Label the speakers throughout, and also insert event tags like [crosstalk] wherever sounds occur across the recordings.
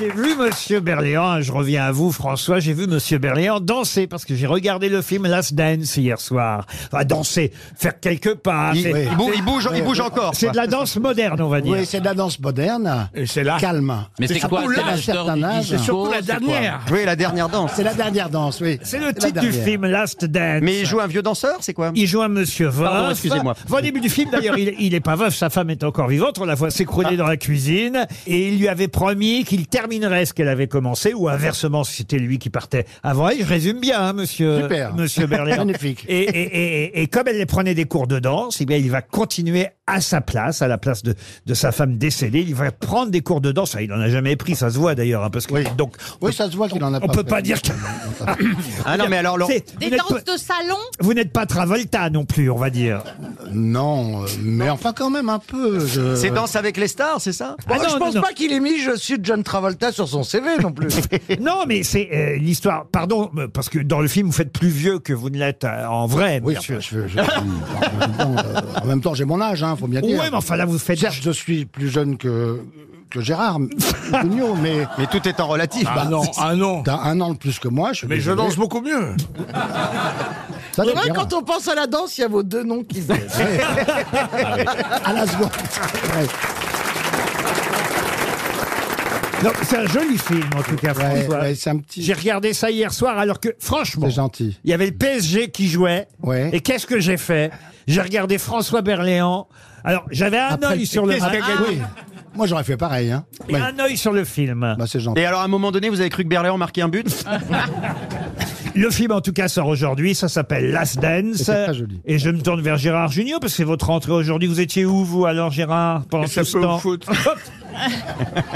Speaker 1: j'ai vu Monsieur Berléand, je reviens à vous François, j'ai vu Monsieur Berléand danser parce que j'ai regardé le film Last Dance hier soir. Enfin, danser, faire quelques pas.
Speaker 2: Il-
Speaker 1: c'est-
Speaker 2: oui. Il bouge- il bouge- il bouge
Speaker 1: c'est-
Speaker 2: encore,
Speaker 1: C'est de la danse moderne, on va dire.
Speaker 2: Oui, c'est de la danse moderne.
Speaker 1: Et c'est là.
Speaker 2: Calme.
Speaker 3: Mais c'est quoi, c'est
Speaker 2: C'est
Speaker 3: la
Speaker 2: un certain
Speaker 3: star du
Speaker 2: âge.
Speaker 3: disco, C'est surtout la c'est quoi dernière.
Speaker 2: Oui, la dernière danse. C'est la dernière danse, oui.
Speaker 1: C'est le
Speaker 2: La
Speaker 1: titre du
Speaker 2: dernière.
Speaker 1: film Last Dance.
Speaker 4: Mais il joue un vieux danseur, c'est quoi
Speaker 1: Il joue un monsieur veuf.
Speaker 4: Pardon, excusez-moi.
Speaker 1: Enfin, Au début du film, d'ailleurs, il, il est pas veuf, sa femme est encore vivante. On la voit
Speaker 2: Ah.
Speaker 1: s'écrouler dans la cuisine. Et il lui avait promis qu'il terminerait ce qu'elle avait commencé, ou inversement, si c'était lui qui partait avant elle. Je résume bien, hein, monsieur,
Speaker 2: Super.
Speaker 1: monsieur Berléand.
Speaker 2: [laughs] Magnifique.
Speaker 1: Et, et- et- et comme elle prenait des cours de danse, eh bien, il va continuer à sa place, à la place de, de sa femme décédée. Il va prendre des cours de danse. Enfin, il n'en a jamais pris, ça se voit d'ailleurs. hein, parce que,
Speaker 2: Oui.
Speaker 1: donc,
Speaker 2: Oui, ça se voit qu'il en a
Speaker 1: on
Speaker 2: pas.
Speaker 1: peut
Speaker 2: fait.
Speaker 1: pas dire que...
Speaker 4: Ah non, mais alors, Laurent-
Speaker 1: C'est-
Speaker 5: Des
Speaker 1: vous n'êtes
Speaker 5: danses de salon
Speaker 1: pas- Oh, vous n'êtes pas Travolta non plus, on va dire.
Speaker 2: Non, euh, mais enfin quand même un peu. je-
Speaker 4: c'est Danse avec les stars, c'est ça
Speaker 1: Ah non,
Speaker 6: je
Speaker 1: non,
Speaker 6: pense
Speaker 1: non.
Speaker 6: pas qu'il ait mis Je suis John Travolta sur son CV non plus.
Speaker 1: [laughs] Non, mais c'est euh, l'histoire. Pardon, euh, parce que dans le film, vous faites plus vieux que vous ne l'êtes euh, en vrai,
Speaker 2: [laughs] Oui,
Speaker 1: monsieur.
Speaker 2: enfin, je, je- en même temps, euh, en même temps, j'ai mon âge, hein, faut bien dire.
Speaker 1: ouais, mais enfin là, vous faites.
Speaker 2: Certes, je suis plus jeune que, que Gérard Jugnot, mais
Speaker 4: Mais tout est en relatif.
Speaker 2: bah,
Speaker 7: non, ah non.
Speaker 2: t'as un an de plus que moi. Je suis
Speaker 7: Mais je
Speaker 2: désolé.
Speaker 7: danse beaucoup mieux.
Speaker 2: Ça,
Speaker 6: C'est
Speaker 2: c'est
Speaker 6: vrai,
Speaker 2: bien.
Speaker 6: quand on pense à la danse, il y a vos deux noms
Speaker 2: [laughs]
Speaker 6: qui viennent.
Speaker 2: À la seconde. Ouais.
Speaker 1: Non, c'est un joli film, en tout cas,
Speaker 2: Ouais,
Speaker 1: François.
Speaker 2: ouais, c'est un petit.
Speaker 1: J'ai regardé ça hier soir, alors que, franchement,
Speaker 2: C'est gentil.
Speaker 1: il y avait le PSG qui jouait.
Speaker 2: Ouais.
Speaker 1: Et qu'est-ce que j'ai fait J'ai regardé François Berléand. Alors, j'avais un
Speaker 2: Après,
Speaker 1: œil sur le
Speaker 2: qu'est-ce
Speaker 1: match
Speaker 2: qu'a gagné Moi, j'aurais fait pareil. Hein.
Speaker 1: et
Speaker 2: Ouais.
Speaker 1: un œil sur le film.
Speaker 2: Bah, c'est gentil.
Speaker 4: Et alors, à un moment donné, vous avez cru que Berléand marquait un but
Speaker 1: Ah. Le film, en tout cas, sort aujourd'hui. Ça s'appelle Last Dance.
Speaker 2: Et c'est très joli.
Speaker 1: Et je me tourne vers Gérard Junior parce que c'est votre entrée aujourd'hui. Vous étiez où, vous, alors, Gérard, pendant
Speaker 7: Ça
Speaker 1: tout ce
Speaker 7: peut
Speaker 1: temps
Speaker 7: vous foutre.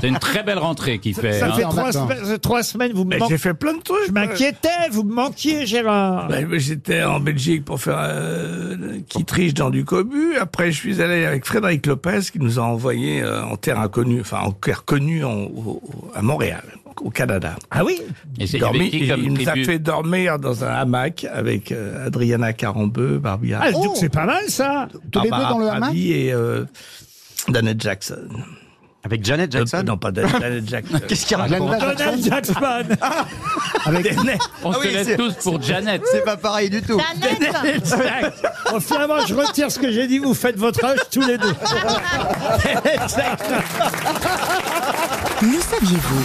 Speaker 3: C'est une très belle rentrée qu'il fait.
Speaker 1: Ça
Speaker 3: hein.
Speaker 1: fait
Speaker 2: en
Speaker 1: trois,
Speaker 2: vacances.
Speaker 1: semaines- trois semaines, vous me
Speaker 7: Mais
Speaker 1: manquez.
Speaker 7: j'ai fait plein de trucs.
Speaker 1: Je m'inquiétais, vous me manquiez, Gérard.
Speaker 7: Ouais, mais J'étais en Belgique pour faire euh, qui triche dans du cobu. Après, je suis allé avec Frédéric Lopez qui nous a envoyé euh, en terre inconnue, enfin en terre connue en- au- au- à Montréal, au Canada.
Speaker 1: Ah oui
Speaker 3: Et c'est
Speaker 7: Dormi-
Speaker 3: avec qui
Speaker 7: il,
Speaker 3: comme
Speaker 7: il nous a
Speaker 3: tribu
Speaker 7: fait dormir dans un hamac avec euh, Adriana Carambeu, Barbia,
Speaker 1: Ah, donc c'est pas mal, ça
Speaker 2: Tous les deux
Speaker 7: Barbara
Speaker 2: dans le hamac
Speaker 7: Pravi et euh, Danette Jackson.
Speaker 4: Avec Janet
Speaker 7: Euh,
Speaker 4: Jackson
Speaker 7: non, pas Dan- Danette Jackson.
Speaker 4: Qu'est-ce
Speaker 1: Ah,
Speaker 4: qu'il raconte
Speaker 2: Glenda
Speaker 1: Donald
Speaker 2: Jackson,
Speaker 1: Jackson
Speaker 2: avec
Speaker 3: On
Speaker 4: Ah
Speaker 3: se
Speaker 4: oui, c'est-
Speaker 3: lève tous pour Janet.
Speaker 4: C'est pas pareil du tout.
Speaker 1: [laughs]
Speaker 5: Danette
Speaker 1: Oh, Finalement, je retire ce que j'ai dit, vous faites votre âge tous les deux.
Speaker 8: Le saviez-vous